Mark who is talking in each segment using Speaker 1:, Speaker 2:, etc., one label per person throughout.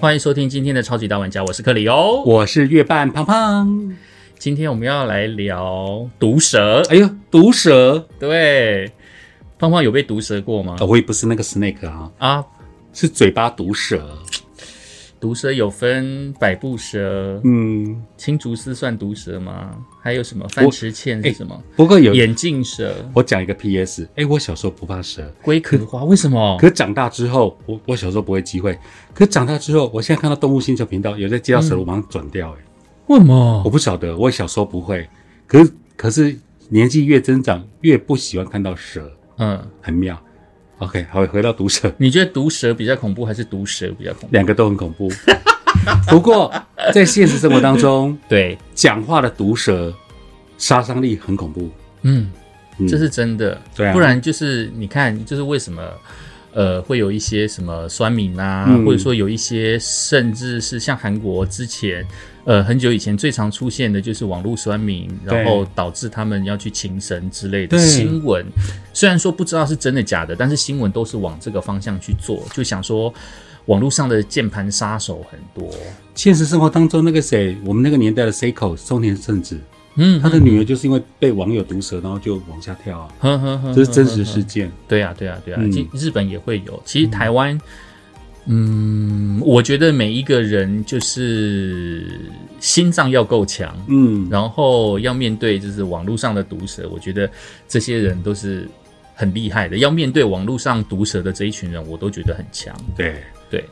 Speaker 1: 欢迎收听今天的超级大玩家，我是克里哦。
Speaker 2: 我是月半胖胖。
Speaker 1: 今天我们要来聊毒蛇，
Speaker 2: 哎呦，毒蛇！
Speaker 1: 对，胖胖有被毒蛇过吗？
Speaker 2: 呃我也不是那个 snake 啊，
Speaker 1: 啊，
Speaker 2: 是嘴巴毒蛇。
Speaker 1: 毒蛇有分百步蛇、
Speaker 2: 嗯，
Speaker 1: 青竹丝算毒蛇吗？还有什么番池蚬
Speaker 2: 哎
Speaker 1: 是什么？
Speaker 2: 不过有
Speaker 1: 眼镜蛇、
Speaker 2: 我讲一个 PS，哎，我小时候不怕蛇，
Speaker 1: 龟壳花，为什么
Speaker 2: 可？是长大之后，我我小时候不会机会，可是长大之后，我现在看到动物星球频道有在接到蛇，我马上转掉、哎、
Speaker 1: 为什么
Speaker 2: 我？不晓得，我小时候不会，可是可是年纪越增长，越不喜欢看到蛇，
Speaker 1: 嗯，
Speaker 2: 很妙。OK，好，回到毒蛇，
Speaker 1: 你觉得毒蛇比较恐怖，还是毒蛇比较恐怖？
Speaker 2: 两个都很恐 怖。不过在现实生活当中，
Speaker 1: 对，
Speaker 2: 讲话的毒蛇杀伤力很恐怖。
Speaker 1: 嗯，
Speaker 2: 嗯
Speaker 1: 这是真的。
Speaker 2: 对啊
Speaker 1: 不然就是你看，就是为什么呃会有一些什么酸民啊，
Speaker 2: 嗯
Speaker 1: 或者说有一些甚至是像韩国之前呃很久以前最常出现的就是网络酸民，
Speaker 2: 对
Speaker 1: 然后导致他们要去请神之类的
Speaker 2: 对
Speaker 1: 新闻。虽然说不知道是真的假的，但是新闻都是往这个方向去做，就想说。网络上的键盘杀手很多，
Speaker 2: 现实生活当中，那个谁，我们那个年代的 Seiko 松田圣子，
Speaker 1: 嗯，
Speaker 2: 她的女儿就是因为被网友毒蛇，然后就往下跳啊，
Speaker 1: 呵呵呵，
Speaker 2: 这是真
Speaker 1: 事。
Speaker 2: 实事件。
Speaker 1: 对啊，对啊，对啊，
Speaker 2: 嗯
Speaker 1: 其日本也会有。其实台湾，嗯我觉得每一个人就是心脏要够强，
Speaker 2: 嗯，
Speaker 1: 然后要面对就是网络上的毒蛇，我觉得这些人都是很厉害的。要面对网络上毒蛇的这一群人，我都觉得很强。
Speaker 2: 对，
Speaker 1: 对，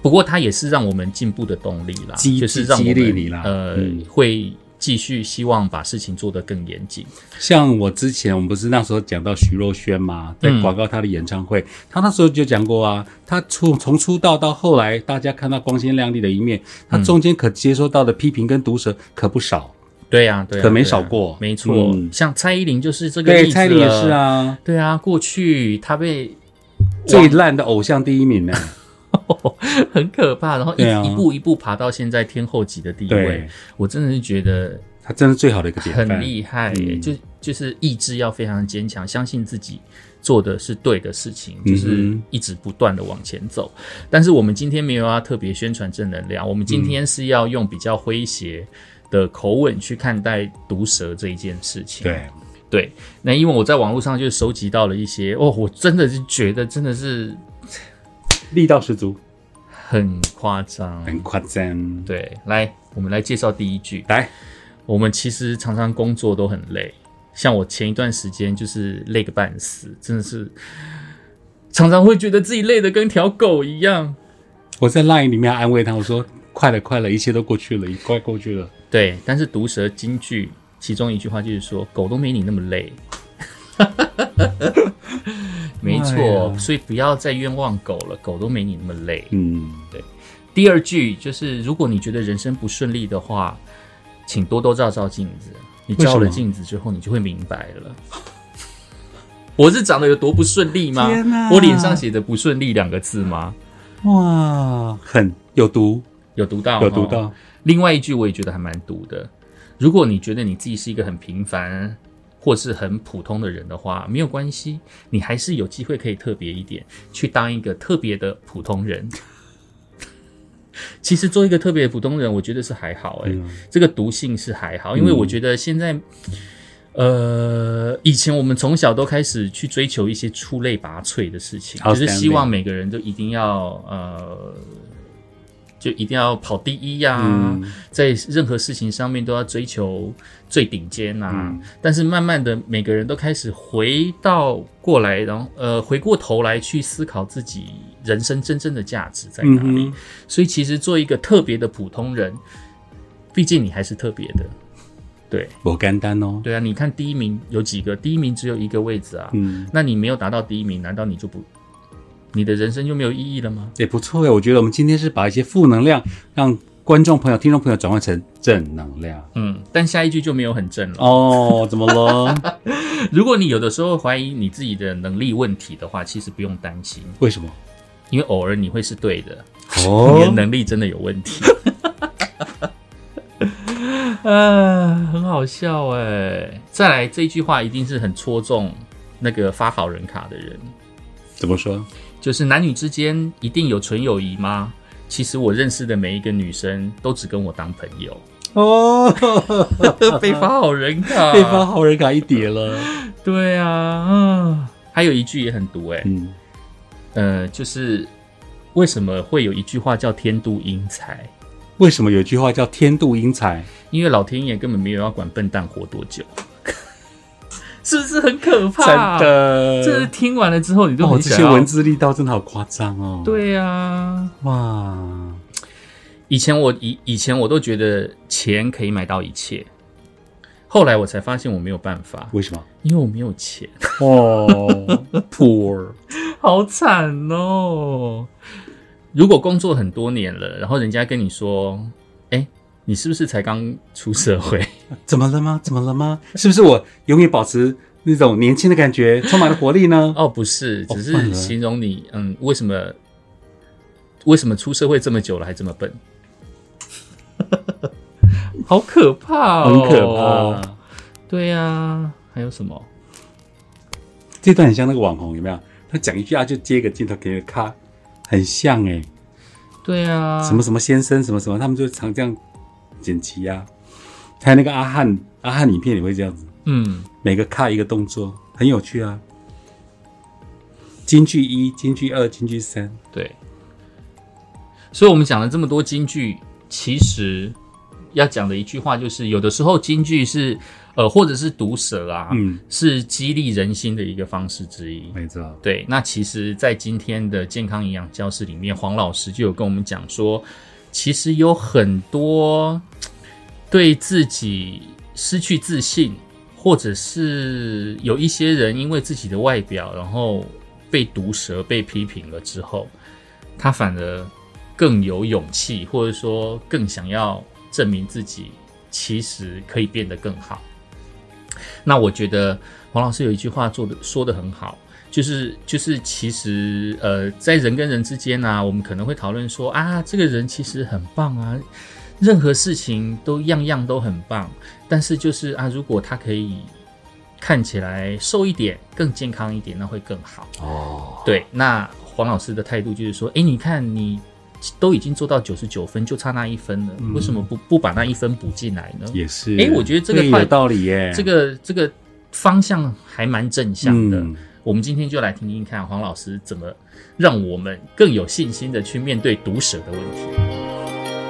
Speaker 1: 不过它也是让我们进步的动力啦，
Speaker 2: 激
Speaker 1: 就是让我们
Speaker 2: 激励你啦
Speaker 1: 呃，
Speaker 2: 嗯
Speaker 1: 会继续希望把事情做得更严谨。
Speaker 2: 像我之前我们不是那时候讲到徐若瑄嘛，在
Speaker 1: 嗯
Speaker 2: 广告她的演唱会，她那时候就讲过啊，她出从出道到后来，大家看到光鲜亮丽的一面，她中间可接收到的批评跟毒蛇可不少。
Speaker 1: 对呀、对、啊，
Speaker 2: 可没
Speaker 1: 对啊
Speaker 2: 少过
Speaker 1: 没错。
Speaker 2: 嗯
Speaker 1: 像蔡依林就是这个例
Speaker 2: 对，
Speaker 1: 子
Speaker 2: 蔡依林也
Speaker 1: 了
Speaker 2: 是，啊，
Speaker 1: 对啊，过去她被
Speaker 2: 最烂的偶像第一名呢。
Speaker 1: 很可怕，然后一、
Speaker 2: 对啊
Speaker 1: 一步一步爬到现在天后级的地位
Speaker 2: 对，
Speaker 1: 我真的是觉得
Speaker 2: 她真是最好的一个典范，
Speaker 1: 很厉害耶，
Speaker 2: 嗯
Speaker 1: 就就是意志要非常坚强，相信自己做的是对的事情，
Speaker 2: 嗯哼
Speaker 1: 就是一直不断的往前走。但是我们今天没有要特别宣传正能量，我们
Speaker 2: 嗯
Speaker 1: 今天是要用比较诙谐的口吻去看待毒蛇这一件事情。
Speaker 2: 对，
Speaker 1: 对，那因为我在网络上就收集到了一些哦，我真的是觉得真的是
Speaker 2: 力道十足，
Speaker 1: 很夸张。
Speaker 2: 很夸张。
Speaker 1: 对，来，我们来介绍第一句。
Speaker 2: 来，
Speaker 1: 我们其实常常工作都很累，像我前一段时间就是累个半死，真的是常常会觉得自己累得跟条狗一样。
Speaker 2: 我在 LINE 里面安慰他，我说：“快了，快了，一切都过去了，也快过去了。
Speaker 1: 对，但是毒蛇金句其中一句话就是说，狗都没你那么累。 没
Speaker 2: 哎
Speaker 1: 错，
Speaker 2: 呀
Speaker 1: 所以不要再冤枉狗了，狗都没你那么累”。
Speaker 2: 嗯，
Speaker 1: 第二句就是，如果你觉得人生不顺利的话，请多多照照镜子。你照了
Speaker 2: 为什么
Speaker 1: 镜子之后，你就会明白了。 我是长得有多不顺利吗
Speaker 2: 天？哪
Speaker 1: 我脸上写的“不顺利”两个字吗？
Speaker 2: 哇，很有毒，
Speaker 1: 有读到，
Speaker 2: 有毒
Speaker 1: 哦。
Speaker 2: 到，
Speaker 1: 另外一句我也觉得还蛮毒的。如果你觉得你自己是一个很平凡或是很普通的人的话，没有关系，你还是有机会可以特别一点，去当一个特别的普通人。 其实做一个特别的普通人，我觉得是还好哎、
Speaker 2: 嗯
Speaker 1: 这个毒性是还好，因为我觉得现在，呃，以前我们从小都开始去追求一些出类拔萃的事情，就是希
Speaker 2: Outstanding
Speaker 1: 望每个人都一定要呃，就一定要跑第一呀、
Speaker 2: 嗯
Speaker 1: 在任何事情上面都要追求最顶尖呐、
Speaker 2: 嗯
Speaker 1: 但是慢慢的，每个人都开始回到过来，然后呃，回过头来去思考自己人生真正的价值在
Speaker 2: 嗯
Speaker 1: 哪里。
Speaker 2: 哼，
Speaker 1: 所以其实做一个特别的普通人，毕竟你还是特别的。对
Speaker 2: 我干单哦。
Speaker 1: 对啊，你看第一名有几个？第一名只有一个位置啊。
Speaker 2: 嗯，
Speaker 1: 那你没有达到第一名，难道你就不，你的人生就没有意义了吗？
Speaker 2: 也不错哎，我觉得我们今天是把一些负能量让观众朋友、听众朋友转换成正能量。
Speaker 1: 嗯，但下一句就没有很正了。
Speaker 2: 哦，怎么了？
Speaker 1: 如果你有的时候怀疑你自己的能力问题的话，其实不用担心，
Speaker 2: 为什么？
Speaker 1: 因为偶尔你会是对的， 你的
Speaker 2: 哦，
Speaker 1: 能力真的有问题。呃，很好笑哎、再来这句话一定是很戳中那个发好人卡的人，
Speaker 2: 怎么说？
Speaker 1: 就是男女之间一定有纯友谊吗？其实我认识的每一个女生都只跟我当朋 友，
Speaker 2: 哦，
Speaker 1: 被发好人 卡，
Speaker 2: 被发好人卡一叠了。
Speaker 1: 对啊，啊，还有一句也很毒哎、
Speaker 2: 嗯，
Speaker 1: 呃，就是为什么会有一句话叫天妒英才？
Speaker 2: 为什么有句话叫天妒英才？
Speaker 1: 因为老天爷根本没有要管笨蛋活多久， 是不是很可
Speaker 2: 真
Speaker 1: 怕？，
Speaker 2: 的，
Speaker 1: 这是听完了之后你都
Speaker 2: 哇，
Speaker 1: 很
Speaker 2: 这
Speaker 1: 想
Speaker 2: 些
Speaker 1: 要
Speaker 2: 文字力道真的好夸张哦。，
Speaker 1: 对啊，
Speaker 2: 哇，
Speaker 1: 以前我以以前我都觉得钱可以买到一切，后来我才发现我没有办法，
Speaker 2: 为什么？
Speaker 1: 因为我没有 钱，
Speaker 2: 哦 ，poor，
Speaker 1: 好惨哦。如果工作很多年了，然后人家跟你说：“哎、你是不是才刚出社会
Speaker 2: 怎么了吗？怎么了吗？是不是我永远保持那种年轻的感觉，充满了活力？” 呢？
Speaker 1: 哦，不是，
Speaker 2: 哦
Speaker 1: 只
Speaker 2: 换了
Speaker 1: 是形容你，嗯，为什么为什么出社会这么久了还这么笨？ 好可怕
Speaker 2: 很
Speaker 1: 哦，
Speaker 2: 可怕。。
Speaker 1: 对呀、还有什么？
Speaker 2: 这段很像那个网红，有没有？他讲一句啊话就接一个镜头给人看，很像哎、
Speaker 1: 对啊呀、
Speaker 2: 什么什么先生什么什么，他们就常这样剪辑啊。还有那个阿汉，阿汉影片也会这样子，
Speaker 1: 嗯，
Speaker 2: 每个卡一个动作，很有趣啊。京剧一、京剧二、京剧三，
Speaker 1: 对。所以我们讲了这么多京剧，其实要讲的一句话就是，有的时候京剧是呃，或者是毒舌啊，
Speaker 2: 嗯，
Speaker 1: 是激励人心的一个方式之一。
Speaker 2: 没错，
Speaker 1: 对，那其实，在今天的健康营养教室里面，黄老师就有跟我们讲说，其实有很多嘖对自己失去自信，或者是有一些人因为自己的外表，然后被毒舌、被批评了之后，他反而更有勇气，或者说更想要证明自己，其实可以变得更好。那我觉得黄老师有一句话做的说的很好，就是就是其实呃，在人跟人之间呢、我们可能会讨论说啊，这个人其实很棒啊，任何事情都样样都很棒，但是就是啊，如果他可以看起来瘦一点，更健康一点，那会更好。
Speaker 2: 哦，
Speaker 1: 对，那黄老师的态度就是说，诶，你看你都已经做到九十九分，就差那一分了，为什么不不把那一分补进来呢？
Speaker 2: 也是。
Speaker 1: 诶我觉得这个
Speaker 2: 对
Speaker 1: 话
Speaker 2: 有道理耶、
Speaker 1: 这个这个方向还蛮正向的。
Speaker 2: 嗯
Speaker 1: 我们今天就来听听看黄老师怎么让我们更有信心的去面对毒舌的问题。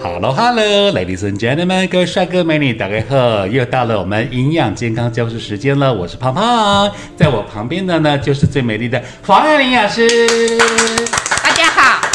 Speaker 2: Hello Hello，Ladies and Gentlemen，各位帅哥美女，大家好！又到了我们营养健康教室时间了，我是胖胖，在我旁边的呢就是最美丽的黄亚玲营养师。
Speaker 3: 大家好，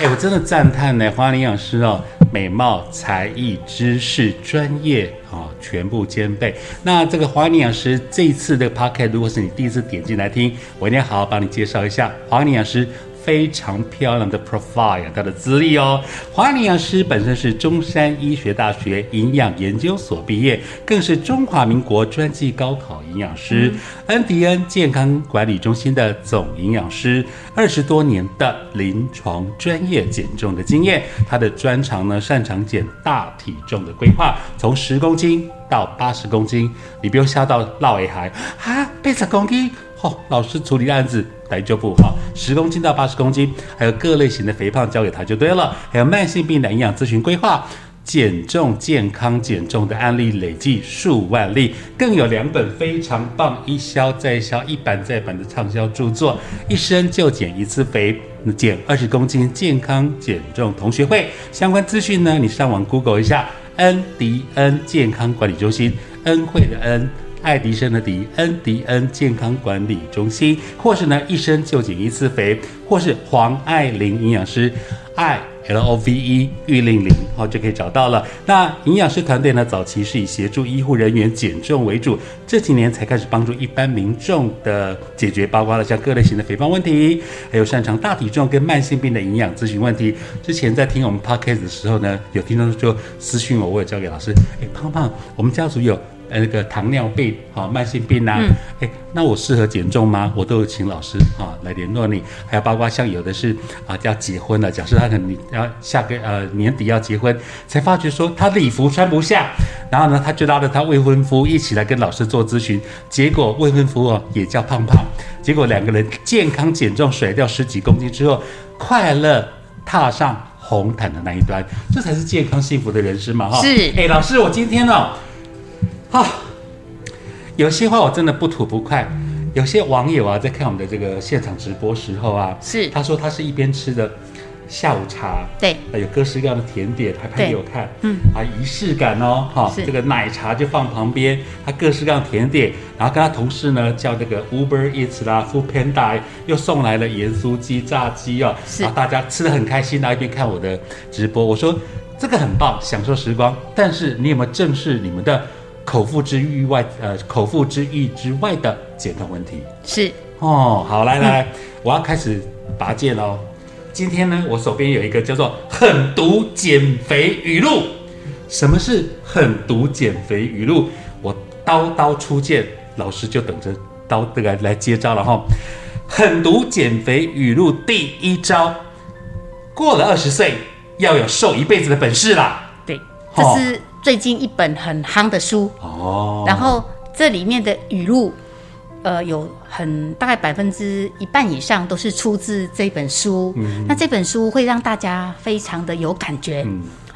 Speaker 2: 哎、我真的赞叹呢，黄亚玲营养师哦，美貌、才艺、知识、专业啊、哦，全部兼备。那这个黄亚玲营养师这一次的 p o c k e t 如果是你第一次点进来听，我一定要好好帮你介绍一下黄亚玲营养师。非常漂亮的 profile，她的资历哦。黄丽营养师本身是中山医学大学营养研究所毕业，更是中华民国专技高考营养师、恩迪恩健康管理中心的总营养师，二十多年的临床专业减重的经验。他的专长呢，擅长减大体重的规划，从十公斤到八十公斤。你不用吓到落尾孩啊，八十公斤。哦，老师处理案子来就不好，十公斤到八十公斤，还有各类型的肥胖交给他就对了，还有慢性病的营养咨询规划。减重健康减重的案例累计数万例，更有两本非常棒，一销再销，一版再版的畅销著作，一生就减一次肥，减二十公斤健康减重同学会相关资讯呢，你上网 Google 一下恩迪恩健康管理中心，恩惠的恩。爱迪生的迪，恩迪恩健康管理中心，或是呢一生就减一次肥，或是黄爱玲营养师，爱 L O V E 玉令玲，好、就可以找到了。那营养师团队呢，早期是以协助医护人员减重为主，这几年才开始帮助一般民众的解决，包括了像各类型的肥胖问题，还有擅长大体重跟慢性病的营养咨询问题。之前在听我们 podcast 的时候呢，有听众就私讯我，我也交给老师，哎，胖胖，我们家族有。呃那个糖尿病啊、慢性病啊，哎、那我适合减重吗？我都有请老师啊来联络你，还有包括像有的是啊要结婚了，假设他可能要下个呃年底要结婚，才发觉说他礼服穿不下，然后呢他就拉着他未婚夫一起来跟老师做咨询，结果未婚夫哦也叫胖胖，结果两个人健康减重甩掉十几公斤之后，快乐踏上。红毯的那一端，这才是健康幸福的人生嘛！哈，
Speaker 3: 是
Speaker 2: 哎，老师，我今天哦，啊，有些话我真的不吐不快。有些网友啊，在看我们的这个现场直播时候啊，
Speaker 3: 是
Speaker 2: 他说他是一边吃的下午茶，
Speaker 3: 对
Speaker 2: 呃，有各式各样的甜点，还拍给我看，嗯，啊，仪式感哦，哈、
Speaker 3: 是
Speaker 2: 这个奶茶就放旁边，他各式各样的甜点，然后跟他同事呢叫这个 Uber Eats 啦，Food Panda 又送来了盐酥鸡、炸鸡哦，
Speaker 3: 是
Speaker 2: 然后大家吃的很开心，啊然后一边看我的直播，我说这个很棒，享受时光，但是你有没有正视你们的口腹之欲外，呃，口腹之欲之外的减重问题？
Speaker 3: 是
Speaker 2: 哦，好，来来， 来，我要开始拔剑喽。今天呢，我手边有一个叫做“狠毒减肥语录”。什么是狠毒减肥语录？我刀刀出剑，老师就等着刀这个来接招了哈。狠毒减肥语录第一招：过了二十岁，要有瘦一辈子的本事啦。
Speaker 3: 对，这
Speaker 2: 哦
Speaker 3: 是最近一本很夯的书，
Speaker 2: 哦，
Speaker 3: 然后这里面的语录，呃，有很大概百分之一半以上都是出自这本书。那这本书会让大家非常的有感觉，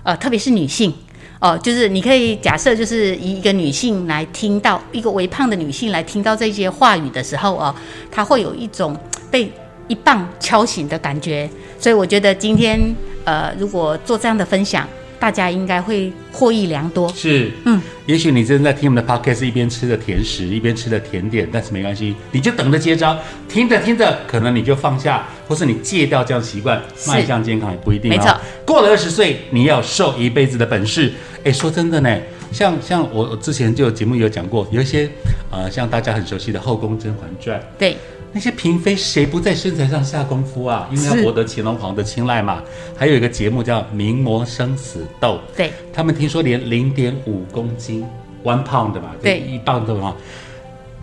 Speaker 3: 呃，特别是女性。哦、就是你可以假设，就是以一个女性来听到一个微胖的女性来听到这些话语的时候啊、她会有一种被一棒敲醒的感觉。所以我觉得今天呃，如果做这样的分享，大家应该会获益良多。
Speaker 2: 是，
Speaker 3: 嗯，
Speaker 2: 也许你正在听我们的 podcast，一边吃着甜食，一边吃着甜点，但是没关系，你就等着接招，听着听着，可能你就放下，或是你戒掉这样的习惯，
Speaker 3: 是
Speaker 2: 迈向健康也不一定、哦。
Speaker 3: 没错，
Speaker 2: 过了二十岁，你要有瘦一辈子的本事。哎，说真的呢，像像我我之前就有节目有讲过，有一些呃，像大家很熟悉的《后宫甄嬛传》，
Speaker 3: 对，
Speaker 2: 那些嫔妃谁不在身材上下功夫啊？因为要
Speaker 3: 是
Speaker 2: 博得乾隆皇的青睐嘛。还有一个节目叫《名模生死斗》，
Speaker 3: 对，
Speaker 2: 他们听说连零点五公斤 （one pound） 嘛，
Speaker 3: 对
Speaker 2: 一磅的嘛，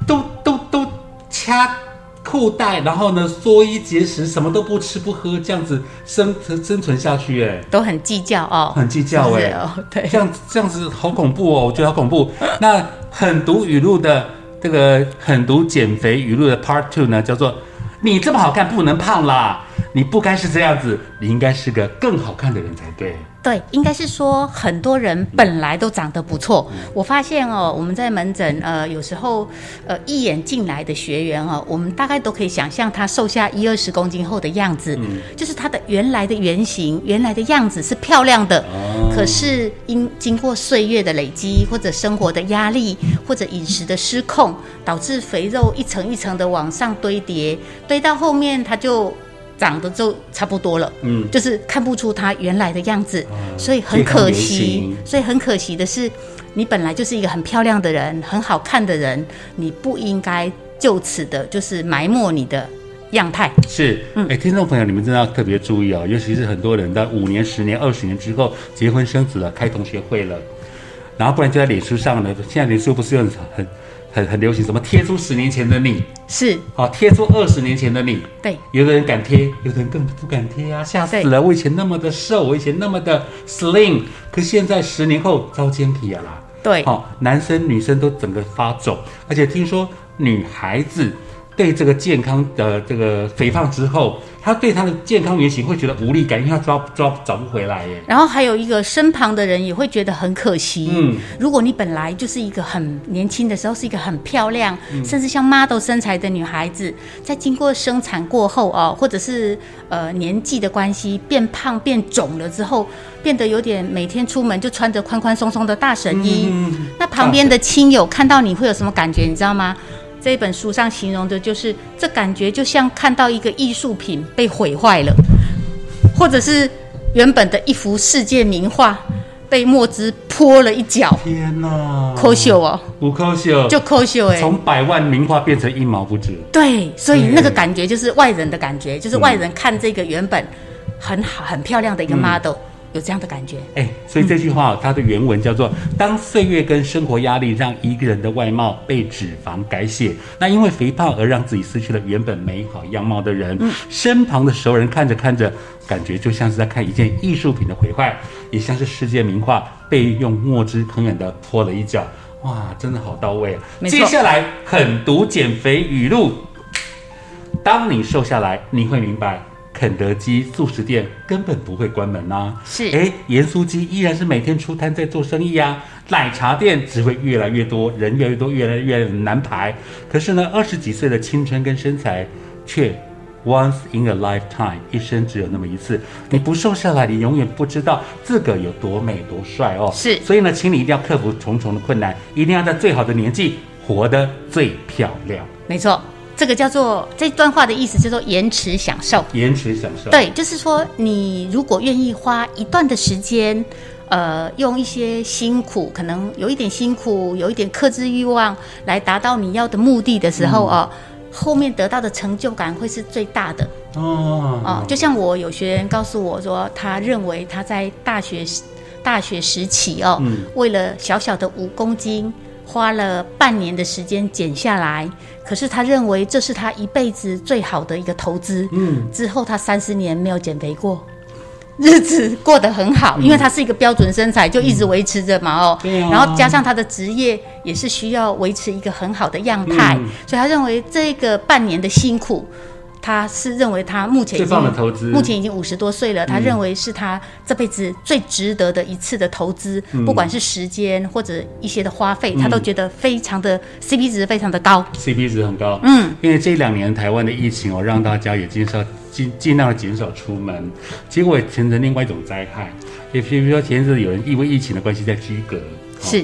Speaker 2: 都都都掐裤带，然后呢缩衣节食，什么都不吃不喝，这样子生存生存下去、哎。
Speaker 3: 都很计较哦，
Speaker 2: 很计较
Speaker 3: 是不
Speaker 2: 哎、
Speaker 3: 是哦，对，
Speaker 2: 这样这样子好恐怖哦，我觉得好恐怖。那狠毒语录的这个狠毒减肥语录的 Part Two 呢，叫做“你这么好看不能胖啦，你不该是这样子，你应该是个更好看的人才对。
Speaker 3: 对，应该是说很多人本来都长得不错。我发现哦，我们在门诊呃，有时候呃一眼进来的学员哦，我们大概都可以想象他瘦下一二十公斤后的样子，就是他的原来的原型、原来的样子是漂亮的，可是因经过岁月的累积，或者生活的压力，或者饮食的失控，导致肥肉一层一层的往上堆叠，堆到后面它就长得就差不多了，嗯，就是看不出它原来的样子，所以很可
Speaker 2: 健康
Speaker 3: 惜
Speaker 2: 原型。
Speaker 3: 所以很可惜的是，你本来就是一个很漂亮的人，很好看的人，你不应该就此的就是埋没你的样态。
Speaker 2: 是，哎、听众朋友，你们真的要特别注意哦，尤其是很多人在五年、十年、哦二十年之后结婚生子了，开同学会了，然后不然就在脸书上呢。现在脸书不是有很很很很流行什么贴出十年前的你，
Speaker 3: 是，
Speaker 2: 好贴出二十年前的你，
Speaker 3: 对，
Speaker 2: 有的人敢贴，有的人更不敢贴啊！吓死
Speaker 3: 对
Speaker 2: 了！我以前那么的瘦，我以前那么的 slim，可现在十年后遭奸皮啊啦！
Speaker 3: 对
Speaker 2: 好、男生女生都整个发肿，而且听说女孩子对这个健康的这个肥胖之后，她对她的健康原型会觉得无力感，因为她抓抓找不回来耶。
Speaker 3: 然后还有一个身旁的人也会觉得很可惜。
Speaker 2: 嗯，
Speaker 3: 如果你本来就是一个很年轻的时候是一个很漂亮，甚至像 model 身材的女孩子，在经过生产过后哦，或者是呃年纪的关系变胖变肿了之后，变得有点每天出门就穿着宽宽松松的大神衣，
Speaker 2: 嗯
Speaker 3: 那旁边的亲友看到你会有什么感觉？你知道吗？这本书上形容的就是这感觉，就像看到一个艺术品被毁坏了。或者是原本的一幅世界名画被墨汁泼了一脚，
Speaker 2: 天哪！
Speaker 3: 抠秀哦，
Speaker 2: 五抠秀，
Speaker 3: 就抠秀哎、
Speaker 2: 从百万名画变成一毛不值。
Speaker 3: 对，所以
Speaker 2: 对
Speaker 3: 那个感觉就是外人的感觉，就是外人看这个原本很好、很漂亮的一个 model，、有这样的感觉。
Speaker 2: 哎，所以这句话、哦、它的原文叫做“当岁月跟生活压力让一个人的外貌被脂肪改写，那因为肥胖而让自己失去了原本美好样貌的人，
Speaker 3: 嗯
Speaker 2: 身旁的熟人看着看着，感觉就像是在看一件艺术品的毁坏，也像是世界名画被用墨汁狠狠地泼了一脚。哇，真的好到位啊！
Speaker 3: 没错
Speaker 2: 接下来狠毒减肥语录。当你瘦下来，你会明白，肯德基素食店根本不会关门呐、
Speaker 3: 是
Speaker 2: 哎，盐酥鸡依然是每天出摊在做生意啊。奶茶店只会越来越多，人越来越多，越来越难排。可是呢，二十几岁的青春跟身材，却 once in a lifetime，一生只有那么一次。你不瘦下来，你永远不知道自个儿有多美多帅哦。
Speaker 3: 是
Speaker 2: 所以呢，请你一定要克服重重的困难，一定要在最好的年纪活得最漂亮，
Speaker 3: 没错，这个叫做这段话的意思叫做延迟享受。
Speaker 2: 延迟享受。
Speaker 3: 对，就是说你如果愿意花一段的时间，呃，用一些辛苦，可能有一点辛苦，有一点克制欲望，来达到你要的目的的时候哦。后面得到的成就感会是最大的
Speaker 2: 哦
Speaker 3: 哦，就像我有学员告诉我说，他认为他在大学时大学时期哦，
Speaker 2: 嗯
Speaker 3: 为了小小的五公斤，花了半年的时间减下来，可是他认为这是他一辈子最好的一个投资，
Speaker 2: 嗯，
Speaker 3: 之后他三十年没有减肥过，日子过得很好，因为他是一个标准身材，就一直维持着嘛哦。
Speaker 2: 嗯对啊
Speaker 3: 然后加上他的职业也是需要维持一个很好的样态，
Speaker 2: 嗯
Speaker 3: 所以他认为这个半年的辛苦。他是认为他目前已
Speaker 2: 最棒的
Speaker 3: 经
Speaker 2: 投资
Speaker 3: 目前已经五十多岁
Speaker 2: 嗯
Speaker 3: 了，他认为是他这辈子最值得的一次的投资，
Speaker 2: 嗯
Speaker 3: 不管是时间或者一些的花费，他都觉得非常
Speaker 2: 嗯
Speaker 3: 的 CP 值非常的高。
Speaker 2: CP 值很高。
Speaker 3: 嗯，
Speaker 2: 因为这两年台湾的疫情哦，让大家也减少尽尽量的减少出门，结果也形成另外一种灾害。也比如说前一阵子有人因为疫情的关系在居隔，哦
Speaker 3: 是，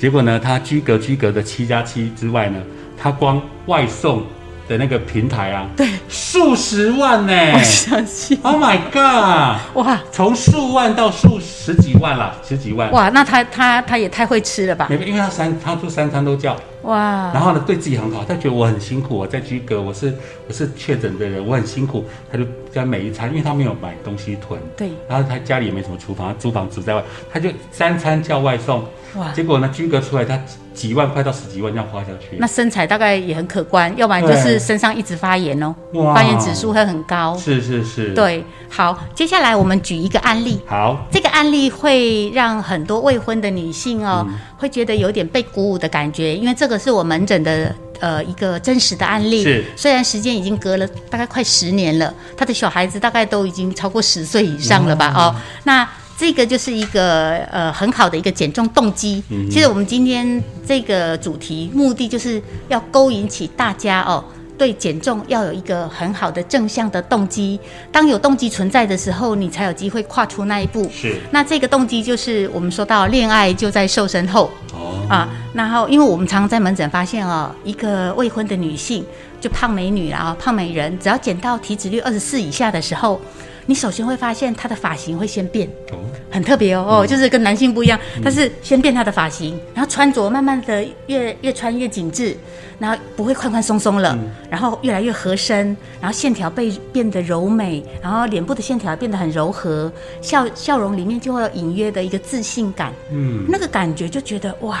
Speaker 2: 结果呢，他居隔居隔的七加七之外呢，他光外送的那个平台啊，对，数十万呢、
Speaker 3: 我相信
Speaker 2: o h my god！
Speaker 3: 哇
Speaker 2: 从数万到数十几万啦，十几万。
Speaker 3: 哇，那他他他也太会吃了吧？
Speaker 2: 没，因为他三，他说三餐都叫，
Speaker 3: 哇，
Speaker 2: 然后呢，对自己很好，他觉得我很辛苦，我在居隔，我是我是确诊的人，我很辛苦，他就在每一餐，因为他没有买东西囤，
Speaker 3: 对
Speaker 2: 然后他家里也没什么厨房，他租房住在外，他就三餐叫外送，
Speaker 3: 哇
Speaker 2: 结果呢，居隔出来他几几万块到十几万这样花下去，
Speaker 3: 那身材大概也很可观，要不然就
Speaker 2: 对
Speaker 3: 是身上一直发炎哦，
Speaker 2: 哇
Speaker 3: 发炎指数会很高。
Speaker 2: 是是是，，
Speaker 3: 对，好，接下来我们举一个案例，
Speaker 2: 好，
Speaker 3: 这个案例会让很多未婚的女性哦，会觉得有点被鼓舞的感觉，因为这个是我门诊的呃一个真实的案例。
Speaker 2: 是
Speaker 3: 虽然时间已经隔了大概快十年了，她的小孩子大概都已经超过十岁以上了吧？哦，那。这个就是一个呃很好的一个减重动机。其实我们今天这个主题目的就是要勾引起大家哦，对减重要有一个很好的正向的动机。当有动机存在的时候，你才有机会跨出那一步。
Speaker 2: 是
Speaker 3: 那这个动机就是我们说到恋爱就在瘦身后
Speaker 2: 哦，
Speaker 3: 啊，然后因为我们常常在门诊发现哦，一个未婚的女性就胖美女啊，胖美人，只要减到体脂率二十四以下的时候，你首先会发现她的发型会先变。
Speaker 2: 哦，
Speaker 3: 很特别哦，哦，就是跟男性不一样，但是先变她的发型，然后穿着慢慢的越越穿越紧致，然后不会宽宽松松了，然后越来越合身，然后线条被变得柔美，然后脸部的线条变得很柔和，笑笑容里面就会有隐约的一个自信感，
Speaker 2: 嗯，
Speaker 3: 那个感觉就觉得哇，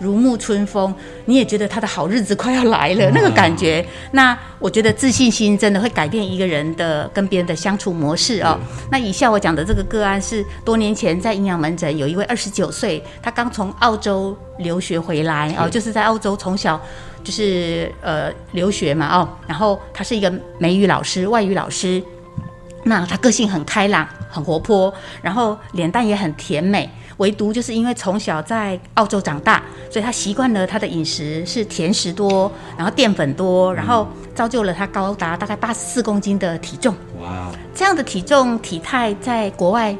Speaker 3: 如沐春风，你也觉得他的好日子快要来了，那个感觉。那我觉得自信心真的会改变一个人的跟别人的相处模式哦。那以下我讲的这个个案是多年前在营养门诊有一位二十九岁，他刚从澳洲留学回来哦，就是在澳洲从小。就是呃留学嘛哦，然后他是一个美语老师、外语老师，那她个性很开朗，很活泼，然后脸蛋也很甜美。唯独就是因为从小在澳洲长大，所以她习惯了她的饮食是甜食多，然后淀粉多，然后造就了她高达大概八十四公斤的体重。
Speaker 2: 哇，
Speaker 3: 这样的体重体态在国外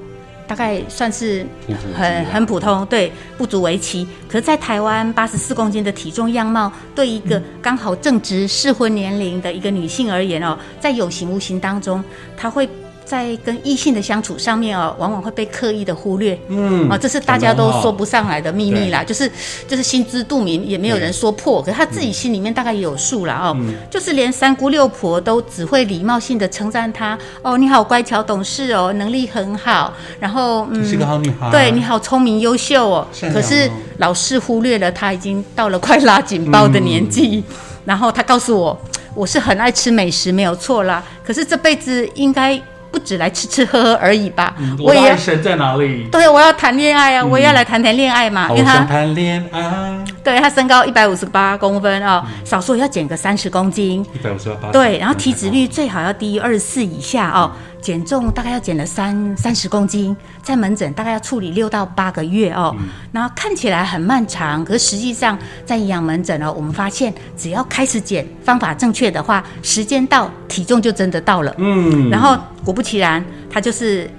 Speaker 3: 大概算是
Speaker 2: 普普及
Speaker 3: 很
Speaker 2: 啦
Speaker 3: 很普通，对，不足为奇。可是，在台湾八十四公斤的体重样貌，对一个刚好正值适婚年龄的一个女性而言哦，在有形无形当中，她会。在跟异性的相处上面哦，往往会被刻意的忽略。
Speaker 2: 嗯
Speaker 3: 啊，这是大家都说不上来的秘密啦，啊就是就是心知肚明，也没有人说破，可是他
Speaker 2: 嗯
Speaker 3: 自己心里面大概也有数啦哦。就是连三姑六婆都只会礼貌性的称赞他哦，你好乖巧懂事哦，能力很好，然后嗯，
Speaker 2: 是个好女孩，
Speaker 3: 对你好聪明优秀
Speaker 2: 啊
Speaker 3: 哦
Speaker 2: 善，良哦
Speaker 3: 可是老是忽略了他已经到了快拉警报的年纪。
Speaker 2: 嗯
Speaker 3: 然后他告诉我，我是很爱吃美食，没有错啦。可是这辈子应该不止来吃吃喝喝而已吧？
Speaker 2: 嗯，我
Speaker 3: 我
Speaker 2: 的
Speaker 3: 也
Speaker 2: 爱神在哪里？
Speaker 3: 对，我要谈恋爱啊，我也要来谈谈恋爱嘛，
Speaker 2: 好
Speaker 3: 因为
Speaker 2: 想
Speaker 3: 他
Speaker 2: 谈恋爱，
Speaker 3: 对他身高一百五十八公分啊、少说要减个三十公斤。
Speaker 2: 一百五啊十八，
Speaker 3: 对，然后体脂率最好要低于二十四以下哦，减重大概要减了三三十公斤，在门诊大概要处理六到八个月哦。然后看起来很漫长，可是实际上在营养门诊哦，我们发现只要开始减，方法正确的话，时间到体重就真的到了。
Speaker 2: 嗯，
Speaker 3: 然后果不其然，他就是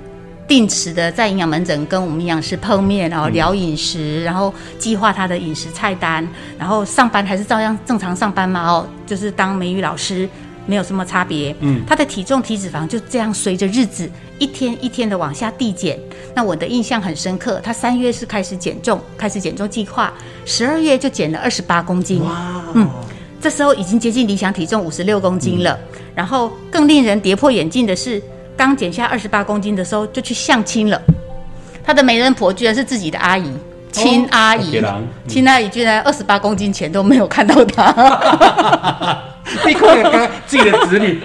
Speaker 3: 定时的在营养门诊跟我们营养师碰面，然后聊饮食，然后计划他的饮食菜单，然后上班还是照样正常上班嘛，哦，就是当美语老师。没有什么差别，
Speaker 2: 嗯，
Speaker 3: 他的体重、体脂肪就这样随着日子一天一天的往下递减。那我的印象很深刻，他三月是开始减重，开始减重计划，十二月就减了二十八公斤，
Speaker 2: 哇，
Speaker 3: 嗯这时候已经接近理想体重五十六公斤了。然后更令人跌破眼镜的是，刚减下二十八公斤的时候就去相亲了。她的媒人婆居然是自己的阿姨，亲阿
Speaker 2: 哦
Speaker 3: 姨，
Speaker 2: 别人
Speaker 3: 亲阿姨居然二十八公斤前都没有看到她。
Speaker 2: 立刻跟自己的子 女，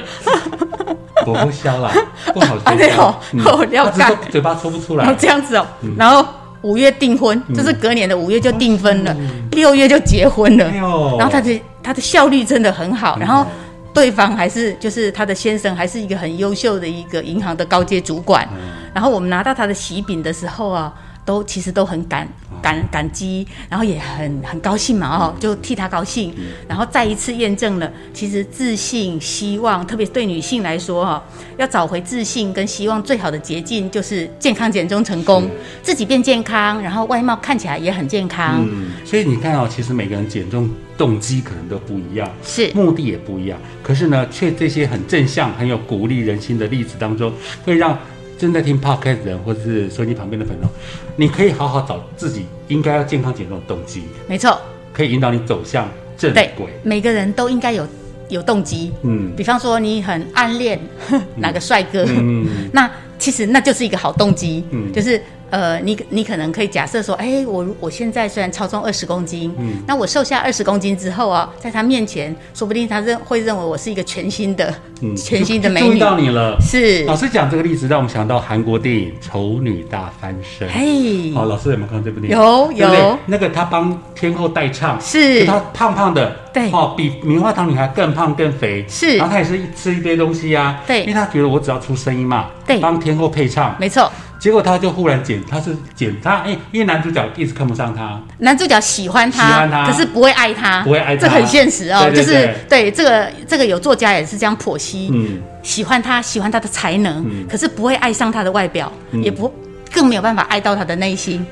Speaker 2: 我不消啦，不好说，嗯
Speaker 3: 啊对哦哦了解
Speaker 2: 他只是说嘴巴说不出
Speaker 3: 然后
Speaker 2: 来，
Speaker 3: 这样子哦，然后五月订婚，就是隔年的五月就订婚了，六月就结婚了。
Speaker 2: 哎呦
Speaker 3: 然后他的他的效率真的很好，然后对方还是就是他的先生还是一个很优秀的一个银行的高阶主管。然后我们拿到他的喜饼的时候啊，都其实都很感感感激，然后也很很高兴嘛哦，就替他高兴。然后再一次验证了，其实自信、希望，特别对女性来说哈、哦，要找回自信跟希望，最好的捷径就是健康减重成功，自己变健康，然后外貌看起来也很健康，
Speaker 2: 嗯，所以你看哦，其实每个人减重动机可能都不一样，
Speaker 3: 是
Speaker 2: 目的也不一样，可是呢，却这些很正向、很有鼓励人心的例子当中，会让正在听 podcast 的人，或者是收音机旁边的朋友，你可以好好找自己应该要健康减重的动机，
Speaker 3: 没错。
Speaker 2: 可以引导你走向正
Speaker 3: 对
Speaker 2: 轨。，
Speaker 3: 每个人都应该有有动机。
Speaker 2: 嗯
Speaker 3: 比方说，你很暗恋 哪个帅哥，
Speaker 2: 嗯，
Speaker 3: 那其实那就是一个好动机，
Speaker 2: 嗯
Speaker 3: 就是呃，你你可能可以假设说，哎、我我现在虽然超重二十公斤，
Speaker 2: 嗯
Speaker 3: 那我瘦下二十公斤之后啊，在他面前，说不定他认会认为我是一个全新的、
Speaker 2: 嗯
Speaker 3: 全新的
Speaker 2: 就
Speaker 3: 美
Speaker 2: 就注意
Speaker 3: 女，
Speaker 2: 到你了。
Speaker 3: 是
Speaker 2: 老，师讲这个例子，让我们想到韩国电影《丑女大翻身》。
Speaker 3: 嘿，
Speaker 2: 哦，老师有没有看过这部电影？
Speaker 3: 有
Speaker 2: 对不对
Speaker 3: 有，
Speaker 2: 那个他帮天后代唱，
Speaker 3: 是
Speaker 2: 就他胖胖的，
Speaker 3: 对
Speaker 2: 哦，比棉花糖女孩更胖更肥，
Speaker 3: 是
Speaker 2: 然后他也是一吃一堆东西呀、
Speaker 3: 对
Speaker 2: 因为他觉得我只要出声音嘛，
Speaker 3: 对
Speaker 2: 帮天后配唱，
Speaker 3: 没错，
Speaker 2: 结果他就忽然减，他是减他，哎，因为男主角一直看不上他，
Speaker 3: 男主角喜欢他，
Speaker 2: 喜欢他
Speaker 3: 可是不会爱他，
Speaker 2: 不会爱他
Speaker 3: 这很现实哦。
Speaker 2: 对对
Speaker 3: 就是对这个这个有作家也是这样剖析，
Speaker 2: 嗯，
Speaker 3: 喜欢他，喜欢他的才能，
Speaker 2: 嗯
Speaker 3: 可是不会爱上他的外表，
Speaker 2: 嗯
Speaker 3: 也不更没有办法爱到他的内心。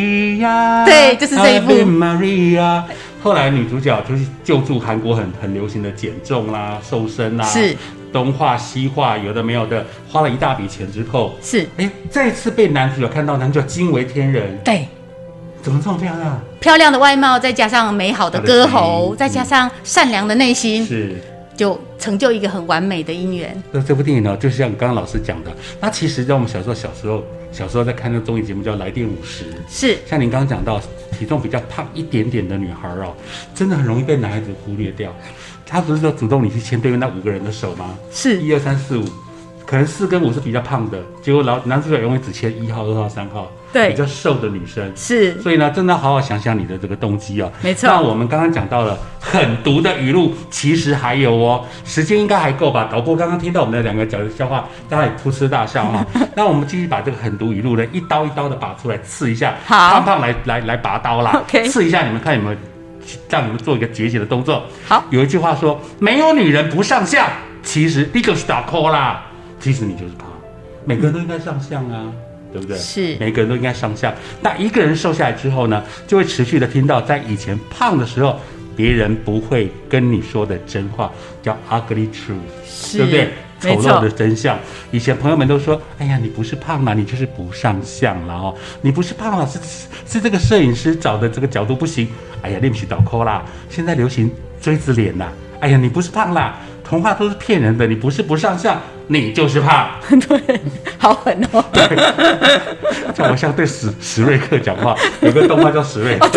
Speaker 2: Maria，
Speaker 3: 对就是这一部
Speaker 2: Ave Maria。后来女主角就是救助韩国很很流行的减重啦、瘦身啦、啊
Speaker 3: 是
Speaker 2: 东化西化，有的没有的，花了一大笔钱之后，
Speaker 3: 是，
Speaker 2: 哎，再次被男主角看到，男主角惊为天人，
Speaker 3: 对，
Speaker 2: 怎么这啊么漂亮？
Speaker 3: 漂亮的外貌，再加上美好的歌喉，
Speaker 2: 他的声音嗯
Speaker 3: 再加上善良的内心，
Speaker 2: 是。
Speaker 3: 就成就一个很完美的姻缘。
Speaker 2: 那这部电影呢，就像刚刚老师讲的，那其实在我们小时候、小时候、小时候在看那个综艺节目叫《来电五十》，
Speaker 3: 是
Speaker 2: 像您刚刚讲到，体重比较胖一点点的女孩哦，真的很容易被男孩子忽略掉。他不是说主动你去牵对面那五个人的手吗？
Speaker 3: 是，
Speaker 2: 一二三四五，可能四跟五是比较胖的，结果老男主角永远只牵一号、二号、三号，
Speaker 3: 对
Speaker 2: 比较瘦的女生。
Speaker 3: 是
Speaker 2: 所以呢，真的好好想想你的这个动机哦。
Speaker 3: 没错
Speaker 2: 那我们刚刚讲到了狠毒的语录，其实还有哦。时间应该还够吧？导播刚刚听到我们的两个讲的笑话，大家也噗嗤大笑 哈、那我们继续把这个狠毒语录呢，一刀一刀的拔出来刺一下。
Speaker 3: 好
Speaker 2: 胖胖来来来拔刀啦
Speaker 3: OK
Speaker 2: 刺一下你们看有没有，让你们做一个觉醒的动作。
Speaker 3: 好，
Speaker 2: 有一句话说，没有女人不上相，其实第一个是打 call 啦，其实你就是胖，每个人都应该上相啊，对不对？
Speaker 3: 是
Speaker 2: 每个人都应该上相。那一个人瘦下来之后呢，就会持续的听到在以前胖的时候，别人不会跟你说的真话，叫 ugly truth，
Speaker 3: 是
Speaker 2: 对不对？丑
Speaker 3: 没
Speaker 2: 陋
Speaker 3: 错
Speaker 2: 的真相。以前朋友们都说：“哎呀，你不是胖了，你就是不上相了哦，你不是胖了，是是是这个摄影师找的这个角度不行。”哎呀，练不起倒扣啦，现在流行锥子脸啦。哎呀，你不是胖啦，童话都是骗人的，你不是不上相，你就是胖。
Speaker 3: 对，好狠 哦！
Speaker 2: 像我像对史史瑞克讲话，有个动画叫史瑞克，哦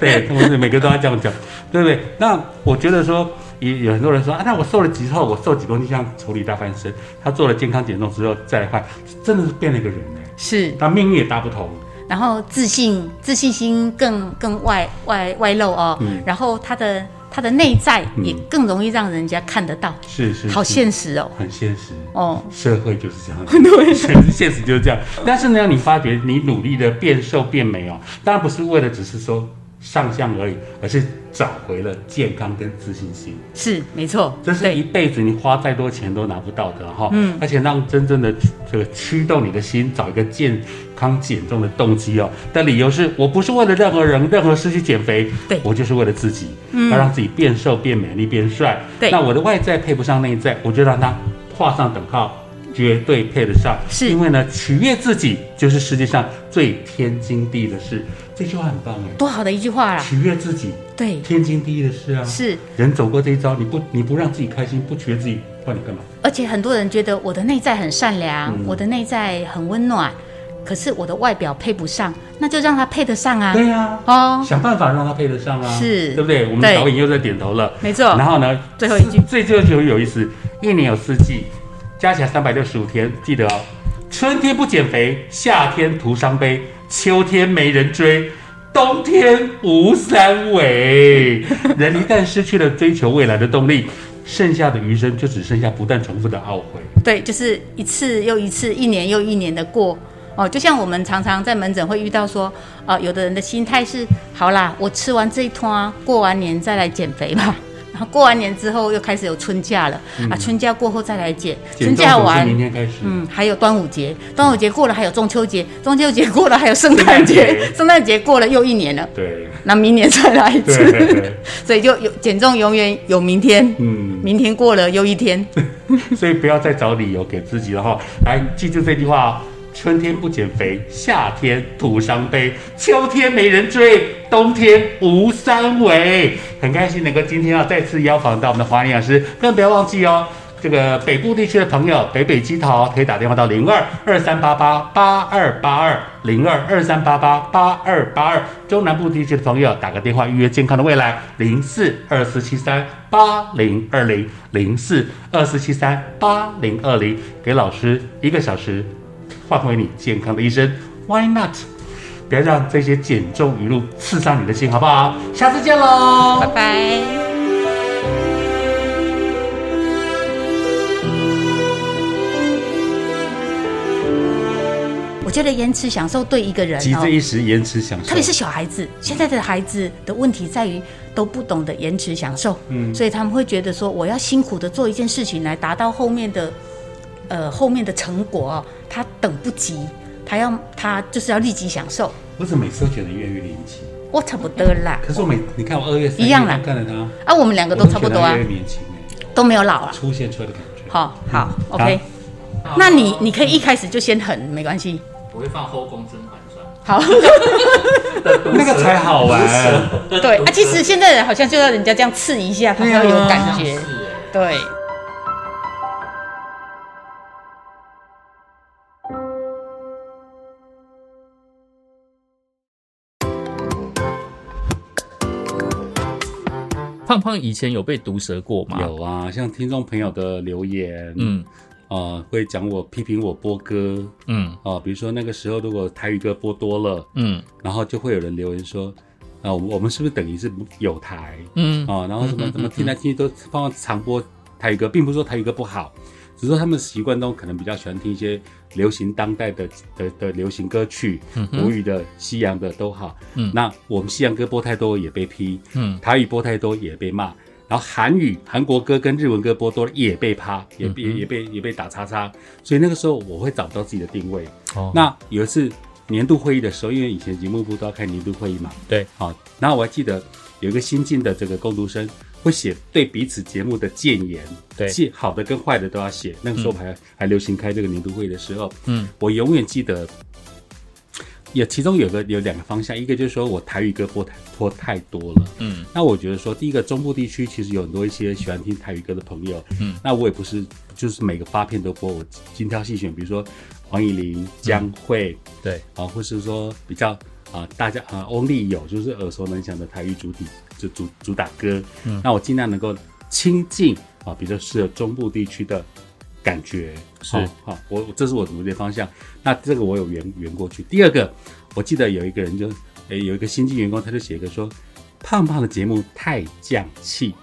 Speaker 2: 对，他们是每个都要这样讲，对不对？那我觉得说，也有很多人说啊，那我瘦了几后，我瘦几公斤，像丑女大翻身，她做了健康减重之后再来看，真的是变了一个人哎，
Speaker 3: 是，
Speaker 2: 她命运也大不同，
Speaker 3: 然后自信自信心更更外外外露哦，
Speaker 2: 嗯
Speaker 3: 然后他的他的内在也更容易让人家看得到，
Speaker 2: 是是，
Speaker 3: 好
Speaker 2: 是
Speaker 3: 现实哦，
Speaker 2: 很现实。
Speaker 3: 哦，
Speaker 2: 社会就是这样，对，现实就是这样。但是呢，你发觉你努力的变瘦变美哦，当然不是为了只是说上相而已，而是找回了健康跟自信心。
Speaker 3: 是没错，
Speaker 2: 这是一
Speaker 3: 对，
Speaker 2: 辈子你花再多钱都拿不到的哈。嗯，而且让真正的这个驱动你的心找一个健康减重的动机哦。但理由是我不是为了任何人、任何事去减肥，
Speaker 3: 对嗯
Speaker 2: 我就是为了自己，要让自己变瘦、变美丽、变帅。
Speaker 3: 对
Speaker 2: 那我的外在配不上内在，我就让它画上等号。绝对配得上，
Speaker 3: 是
Speaker 2: 因为呢，取悦自己就是世界上最天经地义的事。这句话很棒哎，
Speaker 3: 多好的一句话啦，
Speaker 2: 取悦自己，
Speaker 3: 对，
Speaker 2: 天经地义的事啊。
Speaker 3: 是，
Speaker 2: 人走过这一招，你不你不让自己开心，不取悦自己，不然你干嘛？
Speaker 3: 而且很多人觉得我的内在很善良，
Speaker 2: 嗯
Speaker 3: 我的内在很温暖，可是我的外表配不上，那就让他配得上啊，
Speaker 2: 对呀、
Speaker 3: 哦，
Speaker 2: 想办法让他配得上啊，
Speaker 3: 是
Speaker 2: 对不对？我们
Speaker 3: 对
Speaker 2: 导演又在点头了。
Speaker 3: 没错
Speaker 2: 然，后呢，
Speaker 3: 最后一句
Speaker 2: 最最后就有意思，一年有四季，加起来三百六十五天，记得哦，春天不减肥，夏天徒伤悲，秋天没人追。冬天无三围， 人一旦失去了追求未来的动力，剩下的余生就只剩下不断重复的懊悔。
Speaker 3: 对，就是一次又一次，一年又一年的过。哦，就像我们常常在门诊会遇到说，呃，有的人的心态是，好啦，我吃完这一通啊，过完年再来减肥吧。 然后过完年之后又开始有春假了、啊，春假过后再来减，春
Speaker 2: 嗯减重
Speaker 3: 假
Speaker 2: 从
Speaker 3: 完
Speaker 2: 明天开始，
Speaker 3: 嗯，还有端午节，端午节过了，还有中秋节， 中秋节过了，还有圣诞节，圣诞节过了又一年了，
Speaker 2: 对。
Speaker 3: 那明年再来一
Speaker 2: 对
Speaker 3: 次， 所以就有减重永远有明天，
Speaker 2: 嗯，
Speaker 3: 明天过了又一天，
Speaker 2: 所以不要再找理由给自己了哈。来，记住这句话哦：春天不减肥，夏天徒伤悲，秋天没人追，冬天无三围。很开心能够今天要再次邀访到我们的华林老师，更不要忘记哦。这个北部地区的朋友，北北基桃可以打电话到零二二三八八八二八二零二二三八八八二八二。中南部地区的朋友打个电话预约健康的未来零四二四七三八零二零零四二四七三八零二零，给老师一个小时，换回你健康的一生。Why not？不要让这些减重语录刺伤你的心，好不好？下次见喽，
Speaker 3: 拜拜。我觉得延迟享受对一个人
Speaker 2: 急
Speaker 3: 哦
Speaker 2: 着，一时延迟享受，
Speaker 3: 特别是小孩子，现在的孩子的问题在于都不懂得延迟享受，嗯，所以他们会觉得说，我要辛苦的做一件事情来达到后面的，呃，后面的成果、哦，他等不及，他要他就是要立即享受，
Speaker 2: 我怎么每次都觉得越狱灵奇？
Speaker 3: 我差不多啦，
Speaker 2: 可是我每你看我二月三月
Speaker 3: 哦一样啦
Speaker 2: 都看了他，
Speaker 3: 啊，我们两个都差不多
Speaker 2: 我
Speaker 3: 啊
Speaker 2: 觉得他越来越，年轻哎，
Speaker 3: 都没有老啊，
Speaker 2: 出现出来的感觉。
Speaker 3: 好好，OK，那你你可以一开始就先狠，没关系，
Speaker 1: 我会放后宫甄嬛传
Speaker 3: 好，
Speaker 2: 那个才好玩，
Speaker 3: 对啊，其实现在人好像就要人家这样刺一下，他才会有感觉，对。
Speaker 1: 胖胖以前有被毒舌过吗？，
Speaker 2: 有啊，像听众朋友的留言，
Speaker 1: 嗯
Speaker 2: 嗯，呃，会讲我批评我播歌，
Speaker 1: 嗯
Speaker 2: 哦、比如说那个时候如果台语歌播多了，
Speaker 1: 嗯
Speaker 2: 然后就会有人留言说，啊、我我们是不是等于是有台？
Speaker 1: 嗯，
Speaker 2: 哦，然后什么什么听来听去都放长播台语歌，并不是说台语歌不好，只是说他们习惯中可能比较喜欢听一些流行当代的的的流行歌曲，国语的、西洋的都好。
Speaker 1: 嗯
Speaker 2: 那我们西洋歌播太多也被批，
Speaker 1: 嗯
Speaker 2: 台语播太多也被骂，然后韩语、韩国歌跟日文歌播多了也被趴，也
Speaker 1: 嗯
Speaker 2: 被、也被也被打叉叉。所以那个时候我会找不到自己的定位。
Speaker 1: 哦，
Speaker 2: 那有一次年度会议的时候，因为以前节目部都要开年度会议嘛，
Speaker 1: 对，
Speaker 2: 好，然后我还记得有一个新进的这个工读生，会写对彼此节目的谏言，
Speaker 1: 对
Speaker 2: 建好的跟坏的都要写。那个时候还、还流行开这个年度会的时候，
Speaker 1: 嗯，
Speaker 2: 我永远记得，有其中有个有两个方向，一个就是说我台语歌播太播太多了，
Speaker 1: 嗯，
Speaker 2: 那我觉得说，第一个中部地区其实有很多一些喜欢听台语歌的朋友，
Speaker 1: 嗯，
Speaker 2: 那我也不是就是每个发片都播，我精挑细选，比如说黄以玲、
Speaker 1: 嗯
Speaker 2: 江蕙、
Speaker 1: 对，
Speaker 2: 啊，或是说比较啊，大家啊，翁立友就是耳熟能详的台语主体就主主打歌。嗯，那我尽量能够亲近啊，比较适合中部地区的感觉。
Speaker 1: 是
Speaker 2: 啊，啊我我这是我努力的方向。那这个我有圆圆过去。第二个，我记得有一个人就诶、有一个新进员工，他就写一个说。胖胖的节目太降气，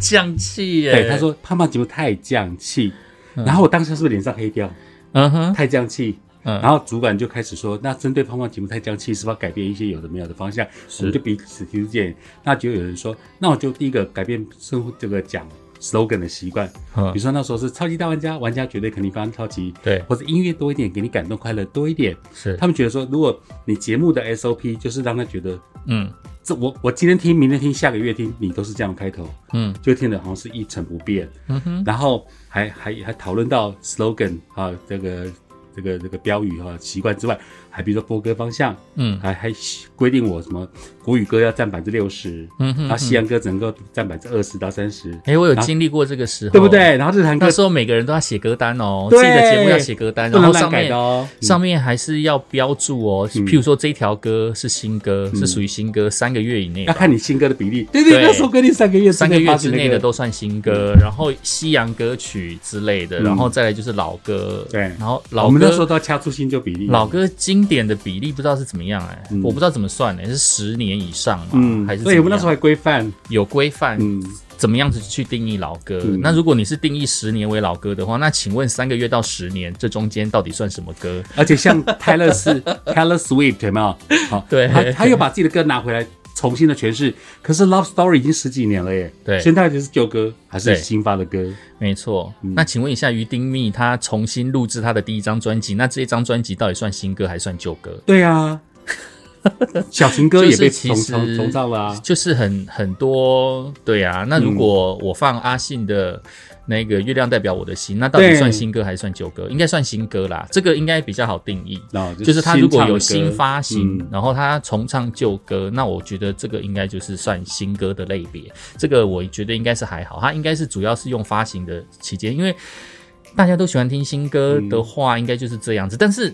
Speaker 1: 降气耶。
Speaker 2: 对，他，嗯说胖胖节目太降气，然后我当时是不是脸上黑掉？
Speaker 1: 嗯哼，
Speaker 2: 太降气，
Speaker 1: 嗯
Speaker 2: 然后主管就开始说，那针对胖胖节目太降气，是不是要改变一些有的没有的方向？我们就彼此提出建议。那就有人说，那我就第一个改变生活这个讲 slogan 的习惯，
Speaker 1: 嗯
Speaker 2: 比如说那时候是超级大玩家，玩家绝对肯定帮超级，
Speaker 1: 对
Speaker 2: 或者音乐多一点，给你感动快乐多一点。
Speaker 1: 是
Speaker 2: 他，们觉得说，如果你节目的 SOP 就是让他觉得，
Speaker 1: 嗯
Speaker 2: 这我我今天听，明天听，下个月听，你都是这样开头，
Speaker 1: 嗯
Speaker 2: 就听的好像是一成不变。
Speaker 1: 嗯哼，
Speaker 2: 然后还还还讨论到 slogan 啊，这个这个这个标语啊习惯之外，还比如说播歌方向，
Speaker 1: 嗯
Speaker 2: 还还规定我什么国语歌要占百分之六十，
Speaker 1: 嗯哼
Speaker 2: 然后西洋歌只能够占百分之二十到三十，
Speaker 1: 哎，我有
Speaker 2: 然后
Speaker 1: 经历过这个时候，
Speaker 2: 对不？对？然后日韩歌
Speaker 1: 那时候每个人都要写歌单哦，自
Speaker 2: 对
Speaker 1: 己的节目要写歌单，
Speaker 2: 不
Speaker 1: 然后
Speaker 2: 能乱
Speaker 1: 上
Speaker 2: 改的
Speaker 1: 面
Speaker 2: 哦，嗯
Speaker 1: 上面还是要标注哦，譬如说这条歌是新歌，
Speaker 2: 嗯
Speaker 1: 是属于新歌，三个月以内
Speaker 2: 要
Speaker 1: 吧。
Speaker 2: 看你新歌的比例。对对，
Speaker 1: 对
Speaker 2: 那时候规定三个月之内
Speaker 1: 三个月之
Speaker 2: 发行
Speaker 1: 内
Speaker 2: 那
Speaker 1: 的
Speaker 2: 个嗯
Speaker 1: 都算新歌，然后西洋歌曲之类的，然后再来就是老歌，
Speaker 2: 对
Speaker 1: 然后
Speaker 2: 我
Speaker 1: 老
Speaker 2: 们那时候
Speaker 1: 歌
Speaker 2: 都要掐出新旧比例。
Speaker 1: 老歌经典的比例不知道是怎么样哎，我不知道怎么算哎，是十年以上
Speaker 2: 嗯
Speaker 1: 吗？，还是
Speaker 2: 所以我们那时候
Speaker 1: 怎么样
Speaker 2: 还规范，
Speaker 1: 有规范？
Speaker 2: 嗯，
Speaker 1: 怎么样子去定义老歌？
Speaker 2: 嗯
Speaker 1: 那如果你是定义十年为老歌的话，那请问三个月到十年这中间到底算什么歌？
Speaker 2: 而且像 Taylor s Taylor Swift 有没有？好，
Speaker 1: 对
Speaker 2: 他他又把自己的歌拿回来重新的诠释。可是 Love Story 已经十几年了耶，
Speaker 1: 对
Speaker 2: 现在就是旧歌还是
Speaker 1: 对
Speaker 2: 新发的歌？
Speaker 1: 没错，
Speaker 2: 嗯
Speaker 1: 那请问一下，于丁密他重新录制他的第一张专辑，那这一张专辑到底算新歌还算旧歌？
Speaker 2: 对啊，小情歌也被
Speaker 1: 就是
Speaker 2: 重
Speaker 1: 其实
Speaker 2: 重重唱了啊。
Speaker 1: 就是很很多，对啊。那如果我放阿信的那个《月亮代表我的心》，那到底
Speaker 2: 对
Speaker 1: 算新歌还算旧歌？应该算新歌啦，这个应该比较好定义。
Speaker 2: 哦
Speaker 1: 就是他如果有
Speaker 2: 新
Speaker 1: 新
Speaker 2: 唱的歌
Speaker 1: 发行，
Speaker 2: 嗯
Speaker 1: 然后他重唱旧歌，那我觉得这个应该就是算新歌的类别。这个我觉得应该是还好，他应该是主要是用发行的期间，因为大家都喜欢听新歌的话，应该就是这样子。但是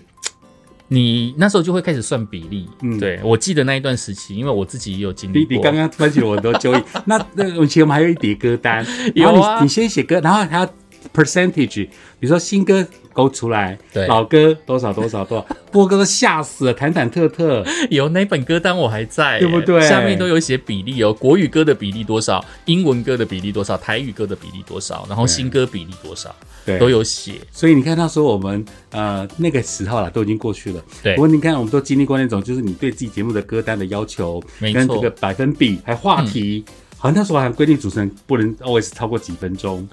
Speaker 1: 你那时候就会开始算比例，
Speaker 2: 嗯
Speaker 1: 对我记得那一段时期，因为我自己也有经历
Speaker 2: 你
Speaker 1: 过。
Speaker 2: 你刚刚唤起了我很多纠 结。那那以前我们还有一叠歌单，
Speaker 1: 有啊
Speaker 2: 然后你你先写歌，然后还要 percentage，比如说新歌勾出来，
Speaker 1: 对
Speaker 2: 老歌多少多少多少，波哥都吓死了，忐忐忑忑。
Speaker 1: 有那本歌单我还在耶，
Speaker 2: 对不对
Speaker 1: 下面都有写比例哦，国语歌的比例多少，英文歌的比例多少，台语歌的比例多少，然后新歌比例多少，
Speaker 2: 对
Speaker 1: 都有写。
Speaker 2: 所以你看，那时候我们呃那个时候啦，都已经过去了。
Speaker 1: 对
Speaker 2: 不过你看，我们都经历过那种，就是你对自己节目的歌单的要求，
Speaker 1: 没
Speaker 2: 跟
Speaker 1: 错嗯
Speaker 2: 这个百分比，还话题，好像那时候还规定主持人不能 always 超过几分钟。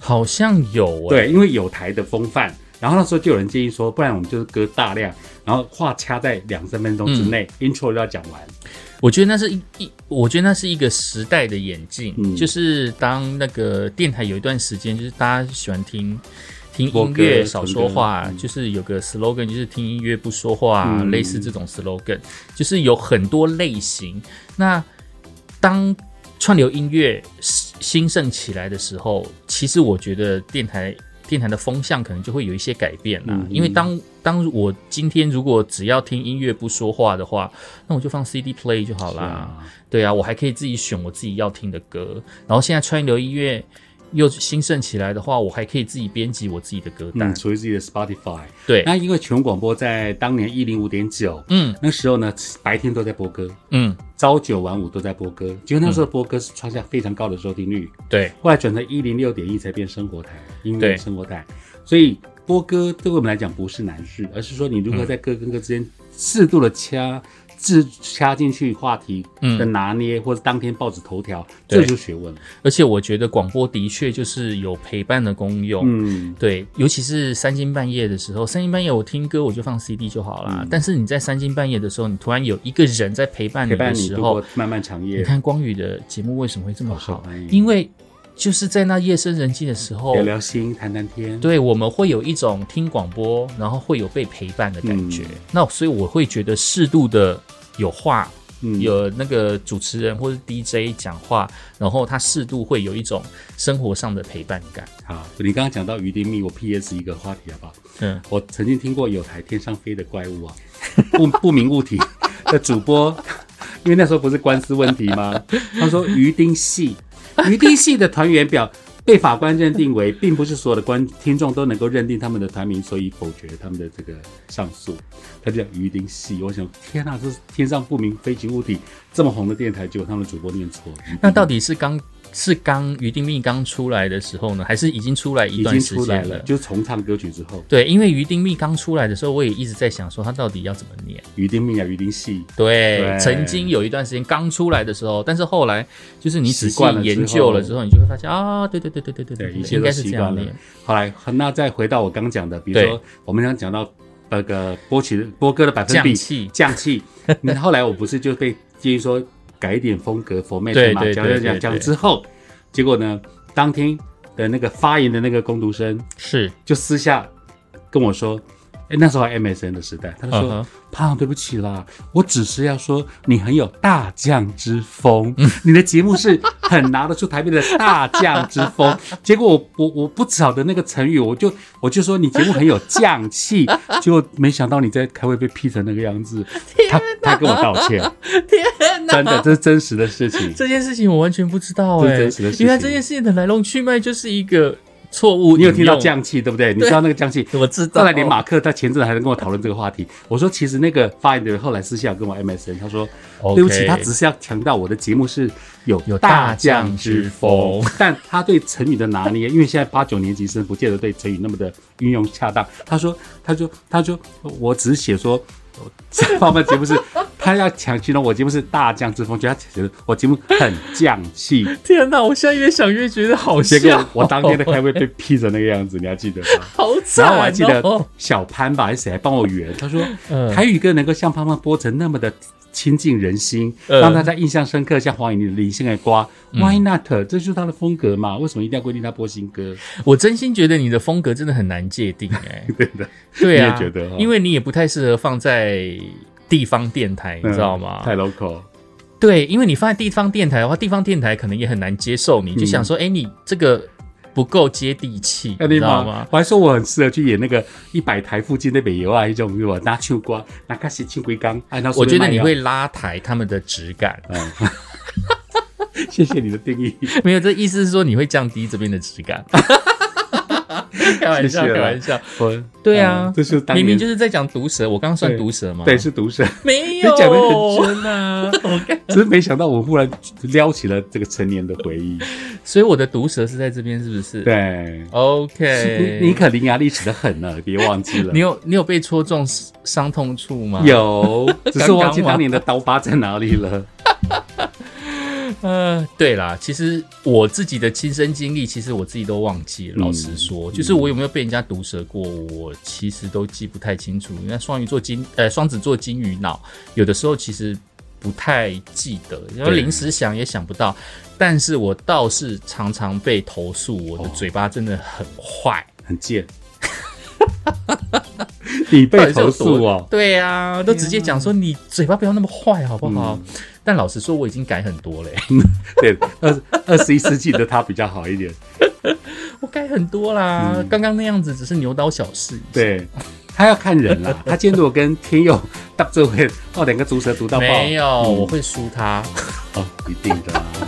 Speaker 1: 好像有哎、
Speaker 2: 对，因为有台的风范。然后那时候就有人建议说，不然我们就是歌大量，然后话掐在两三分钟之内、
Speaker 1: 嗯
Speaker 2: i n t r o 要讲完。
Speaker 1: 我觉得那是一一，我觉得那是一个时代的演进，
Speaker 2: 嗯
Speaker 1: 就是当那个电台有一段时间，就是大家喜欢听。听
Speaker 2: 播
Speaker 1: 音乐
Speaker 2: 歌
Speaker 1: 少
Speaker 2: 听
Speaker 1: 说
Speaker 2: 歌
Speaker 1: 话，就是有个 slogan，就是听音乐不说话，
Speaker 2: 嗯
Speaker 1: 类似这种 slogan，就是有很多类型。那当串流音乐兴盛起来的时候，其实我觉得电台电台的风向可能就会有一些改变啦。
Speaker 2: 嗯
Speaker 1: 因为当当我今天如果只要听音乐不说话的话，那我就放 CD play 就好啦。对啊，我还可以自己选我自己要听的歌。然后现在串流音乐又兴盛起来的话，我还可以自己编辑我自己的歌单。
Speaker 2: 嗯，哎属于自己的 Spotify。
Speaker 1: 对，
Speaker 2: 那因为全国广播在当年一零五点九，
Speaker 1: 嗯
Speaker 2: 那时候呢白天都在播歌，
Speaker 1: 嗯，
Speaker 2: 朝九晚五都在播歌，结果那时候播歌是创下非常高的收听率，
Speaker 1: 对，
Speaker 2: 后来转成一零六点一才变生活台，音乐
Speaker 1: 对
Speaker 2: 生活台。所以播歌对我们来讲不是难事，而是说你如何在歌跟歌之间适度的掐字掐进去话题的拿捏，或者当天报纸头条，
Speaker 1: 嗯
Speaker 2: 这
Speaker 1: 对
Speaker 2: 就学问了。
Speaker 1: 而且我觉得广播的确就是有陪伴的功用，
Speaker 2: 嗯，
Speaker 1: 对，尤其是三更半夜的时候，三更半夜我听歌我就放 CD 就好
Speaker 2: 嗯
Speaker 1: 啦。但是你在三更半夜的时候，你突然有一个人在陪伴你
Speaker 2: 陪
Speaker 1: 嗯
Speaker 2: 伴
Speaker 1: 的
Speaker 2: 你
Speaker 1: 时
Speaker 2: 度
Speaker 1: 候
Speaker 2: 过，漫漫长
Speaker 1: 你
Speaker 2: 夜，
Speaker 1: 看光宇的节目为什么会这么
Speaker 2: 好
Speaker 1: 好
Speaker 2: 受欢迎？
Speaker 1: 因为就是在那夜深人静的时候
Speaker 2: 聊，聊心，谈谈天。
Speaker 1: 对我们会有一种听广播，然后会有被陪伴的感觉。那所以我会觉得适度的有话
Speaker 2: 嗯，
Speaker 1: 有那个主持人或是 DJ 讲话，然后他适度会有一种生活上的陪伴感。
Speaker 2: 好，你刚刚讲到鱼丁蜜，我 PS 一个话题好不好？
Speaker 1: 嗯，
Speaker 2: 我曾经听过有台天上飞的怪物啊， 不不明物体 的主播，因为那时候不是官司问题 吗？他说鱼丁系，鱼丁系的团员表被法官认定为，并不是所有的观听众都能够认定他们的团名，所以否决他们的这个上诉。他就讲鱼丁系，我想天哪、这是天上不明飞行物体这么红的电台，结果他们的主播念错，
Speaker 1: 那到底是刚是刚于丁密刚出来的时候呢，还是已经出来一
Speaker 2: 已
Speaker 1: 段
Speaker 2: 经
Speaker 1: 时
Speaker 2: 出来
Speaker 1: 间
Speaker 2: 了，
Speaker 1: 了？
Speaker 2: 就是重唱歌曲之后，
Speaker 1: 对，因为于丁密刚出来的时候，我也一直在想说他到底要怎么念。
Speaker 2: 鱼丁命啊，鱼丁系，
Speaker 1: 对，
Speaker 2: 对
Speaker 1: 曾经有一段时间刚出来的时候，但是后来就是你仔
Speaker 2: 习
Speaker 1: 细
Speaker 2: 惯了之后
Speaker 1: 研究了之后，你就会发现啊，对对对对对对
Speaker 2: 对，一切
Speaker 1: 应
Speaker 2: 都
Speaker 1: 该是
Speaker 2: 习
Speaker 1: 这样
Speaker 2: 惯了
Speaker 1: 念。。
Speaker 2: 后来，那再回到我刚讲的，比如说我们刚讲到那个波曲波哥的百分比
Speaker 1: 降气
Speaker 2: 降气，那后来我不是就被建议说改一点风格 formation
Speaker 1: 对
Speaker 2: 嘛，
Speaker 1: 对
Speaker 2: 讲
Speaker 1: 对
Speaker 2: 讲讲
Speaker 1: 对
Speaker 2: 讲
Speaker 1: 对
Speaker 2: 之后，结果呢，当天的那个发言的那个攻读生
Speaker 1: 是，
Speaker 2: 就私下跟我说。哎，那时候还 MSN 的时代，他就说：“
Speaker 1: 嗯哼
Speaker 2: 胖，对不起啦，我只是要说你很有大将之风，
Speaker 1: 嗯
Speaker 2: 你的节目是很拿得出台面的大将之风。结果我我我不找的那个成语，我就我就说你节目很有匠气，结果没想到你在开会被批成那个样子，他他跟我道歉，
Speaker 1: 天哪！
Speaker 2: 真的这是真实的 事情。
Speaker 1: 这件事情我完全不知道
Speaker 2: 这是
Speaker 1: 哎、
Speaker 2: 真实的事情
Speaker 1: 原来这件事情的来龙去脉就是一个错误引用。
Speaker 2: 你有听到匠气对不对？你知道那个匠气，
Speaker 1: 我知道。
Speaker 2: 后来连马克他前阵子还在跟我讨论这个话题，我说其实那个发言的人后来私下有跟我 MSN，他说
Speaker 1: OK
Speaker 2: 对不起，他只是要强调我的节目是有
Speaker 1: 有
Speaker 2: 大
Speaker 1: 大
Speaker 2: 将
Speaker 1: 将
Speaker 2: 之
Speaker 1: 之
Speaker 2: 风
Speaker 1: 风，
Speaker 2: 但他对成语的拿捏，因为现在八九年级生不见得对成语那么的运用恰当。他说，他就他就我只是写说。我这方面节目是， 他要强形容我节目是大将之风，觉得他写的我节目很匠气。
Speaker 1: 天哪！我现在越想越觉得好
Speaker 2: 结
Speaker 1: 笑。
Speaker 2: 果我当天在开会被批成那个样子，你还记得吗？
Speaker 1: 好惨、哦。
Speaker 2: 然后我还记得小潘吧，还是谁还帮我圆？他说、
Speaker 1: 嗯
Speaker 2: 台语歌能够像胖胖播成那么的亲近人心，
Speaker 1: 嗯
Speaker 2: 让大家印象深刻，像黄颖玲、林心爱瓜、Why not？这就是他的风格嘛？为什么一定要规定他播新歌？
Speaker 1: 我真心觉得你的风格真的很难界定哎、
Speaker 2: 对的，
Speaker 1: 对啊，
Speaker 2: 你也觉得哦
Speaker 1: 因为你也不太适合放在地方电台，你知道吗？
Speaker 2: 嗯太 local，
Speaker 1: 对，因为你放在地方电台的话，地方电台可能也很难接受
Speaker 2: 嗯
Speaker 1: 你，就想说，哎、你这个不够接地气，
Speaker 2: 那
Speaker 1: 你知
Speaker 2: 地
Speaker 1: 道
Speaker 2: 方啊
Speaker 1: 吗？
Speaker 2: 哎我还说我很适合去演那个一百台附近那北游啊，一种我拿秋瓜，拿卡西青龟缸，按照
Speaker 1: 我觉得你会拉抬他们的质感，
Speaker 2: 谢谢你的定义，
Speaker 1: 没有，这意思是说你会降低这边的质 感。开玩笑，
Speaker 2: 谢谢啦
Speaker 1: 开玩笑。
Speaker 2: 我
Speaker 1: 对啊
Speaker 2: 嗯这是当
Speaker 1: 明明
Speaker 2: 年
Speaker 1: 就是在讲毒蛇，我刚刚算
Speaker 2: 对
Speaker 1: 毒蛇吗？
Speaker 2: 对，是毒蛇。
Speaker 1: 没
Speaker 2: 你
Speaker 1: 有。
Speaker 2: 讲的很真啊，
Speaker 1: 我看
Speaker 2: 只是没想到我忽然撩起了这个成年的回忆。
Speaker 1: 所以我的毒蛇是在这边，是不是？
Speaker 2: 对，
Speaker 1: ，OK。
Speaker 2: 你你可伶牙俐齿的很呢， 别忘记了。
Speaker 1: 哎你有你有被戳中伤痛处吗？。
Speaker 2: 有， 只是忘记
Speaker 1: 刚刚吗
Speaker 2: 当年的刀疤在哪里 了。
Speaker 1: 呃，对啦，其实我自己的亲身经历，其实我自己都忘记了。
Speaker 2: 嗯
Speaker 1: 老实说，就是我有没有被人家毒舌过，我其实都记不太清楚。那双鱼座金呃双子座金鱼脑，有的时候其实不太记得，然后
Speaker 2: 对
Speaker 1: 临时想也想不到。但是我倒是常常被投诉，我的
Speaker 2: 哦
Speaker 1: 嘴巴真的很坏。
Speaker 2: 很 贱。你被
Speaker 1: 到
Speaker 2: 投诉
Speaker 1: 底是有多
Speaker 2: 哦，
Speaker 1: 对啊，都直接讲说你嘴巴不要那么坏，好不
Speaker 2: 嗯
Speaker 1: 好？但老实说，我已经改很多欸嘞、
Speaker 2: 对，二二十一世纪的他比较好 一点。
Speaker 1: 我改很多啦。刚刚那样子只是牛刀小试一下。
Speaker 2: 嗯对，他要看 人啦。他今天如果跟天佑大智慧哦，两个毒蛇毒到爆，
Speaker 1: 没有，
Speaker 2: 嗯
Speaker 1: 我会输他。
Speaker 2: 哦，一定的啦。